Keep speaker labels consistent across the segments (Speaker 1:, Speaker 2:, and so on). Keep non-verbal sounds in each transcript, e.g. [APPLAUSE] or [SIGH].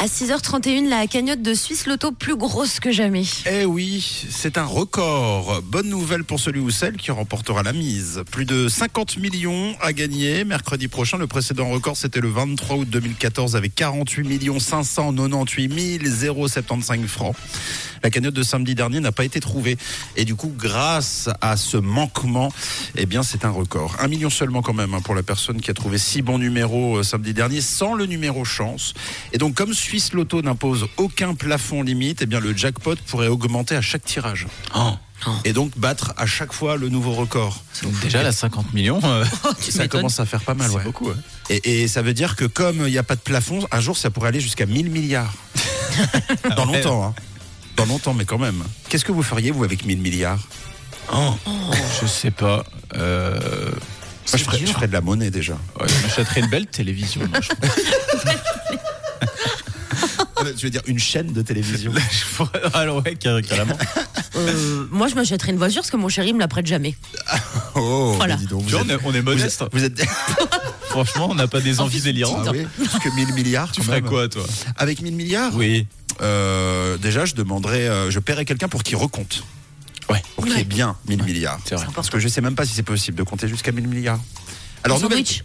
Speaker 1: À 6h31, la cagnotte de Suisse Loto plus grosse que jamais.
Speaker 2: Eh oui, c'est un record. Bonne nouvelle pour celui ou celle qui remportera la mise. Plus de 50 millions à gagner mercredi prochain. Le précédent record, c'était le 23 août 2014 avec 48 598 075 francs. La cagnotte de samedi dernier n'a pas été trouvée. Et du coup, grâce à ce manquement, eh bien, c'est un record. Un million seulement quand même hein, pour la personne qui a trouvé six bons numéros euh, samedi dernier sans le numéro chance. Et donc, comme Suisse Loto n'impose aucun plafond limite, eh bien, le jackpot pourrait augmenter à chaque tirage.
Speaker 3: Oh,
Speaker 2: Et donc battre à chaque fois le nouveau record.
Speaker 3: Donc déjà, la 50 millions, euh,
Speaker 2: ça commence à faire pas mal.
Speaker 3: c'est
Speaker 2: ouais.
Speaker 3: beaucoup. hein.
Speaker 2: Et, et ça veut dire que comme il n'y a pas de plafond, un jour ça pourrait aller jusqu'à 1000
Speaker 3: [LAUGHS]
Speaker 2: milliards. Dans
Speaker 3: ouais.
Speaker 2: longtemps, hein. Dans longtemps, mais quand même. Qu'est-ce que vous feriez, vous, avec 1000 milliards
Speaker 3: Je sais pas. Euh...
Speaker 2: Moi, je ferais, je ferais de la monnaie déjà.
Speaker 3: ouais, je m'achèterais une belle télévision. moi, je pense. [LAUGHS] Ah,
Speaker 2: Je veux dire, une chaîne de télévision.
Speaker 3: Je pourrais- Alors ouais, car- carrément.
Speaker 1: Euh, moi, je m'achèterais une voiture parce que mon chéri me la prête jamais.
Speaker 2: [LAUGHS] Oh,
Speaker 1: Voilà.
Speaker 2: mais dis donc,
Speaker 3: Tu
Speaker 2: vous
Speaker 3: vois,
Speaker 2: êtes-
Speaker 3: on est, on est
Speaker 2: vous
Speaker 3: modeste.
Speaker 2: êtes- vous
Speaker 3: [LAUGHS]
Speaker 2: êtes.
Speaker 3: Franchement, on n'a pas des envies
Speaker 2: Ah
Speaker 3: délirantes.
Speaker 2: oui, parce que 1000 milliards.
Speaker 3: Tu
Speaker 2: quand
Speaker 3: ferais
Speaker 2: même.
Speaker 3: quoi, toi
Speaker 2: Avec 1000 milliards
Speaker 3: Oui.
Speaker 2: Euh, déjà, je demanderais, euh, je paierais quelqu'un pour qu'il recompte.
Speaker 3: Ouais.
Speaker 2: Pour qu'il y ait
Speaker 1: Ouais.
Speaker 2: bien 1000 milliards.
Speaker 3: c'est vrai.
Speaker 1: C'est
Speaker 2: Parce que je sais même pas si c'est possible de compter jusqu'à 1000 milliards.
Speaker 1: un
Speaker 2: nouvelle-
Speaker 1: sandwich.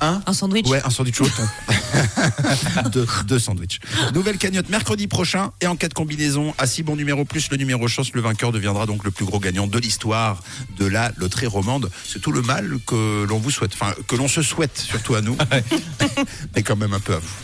Speaker 2: Hein
Speaker 1: Un sandwich.
Speaker 2: Ouais, un sandwich au thon. [LAUGHS] deux, deux sandwichs. Nouvelle cagnotte mercredi prochain et en cas de combinaison à 6 bons numéros plus le numéro chance, le vainqueur deviendra donc le plus gros gagnant de l'histoire de la loterie romande. C'est tout le mal que l'on vous souhaite, enfin que l'on se souhaite surtout à nous, mais quand même un peu à vous.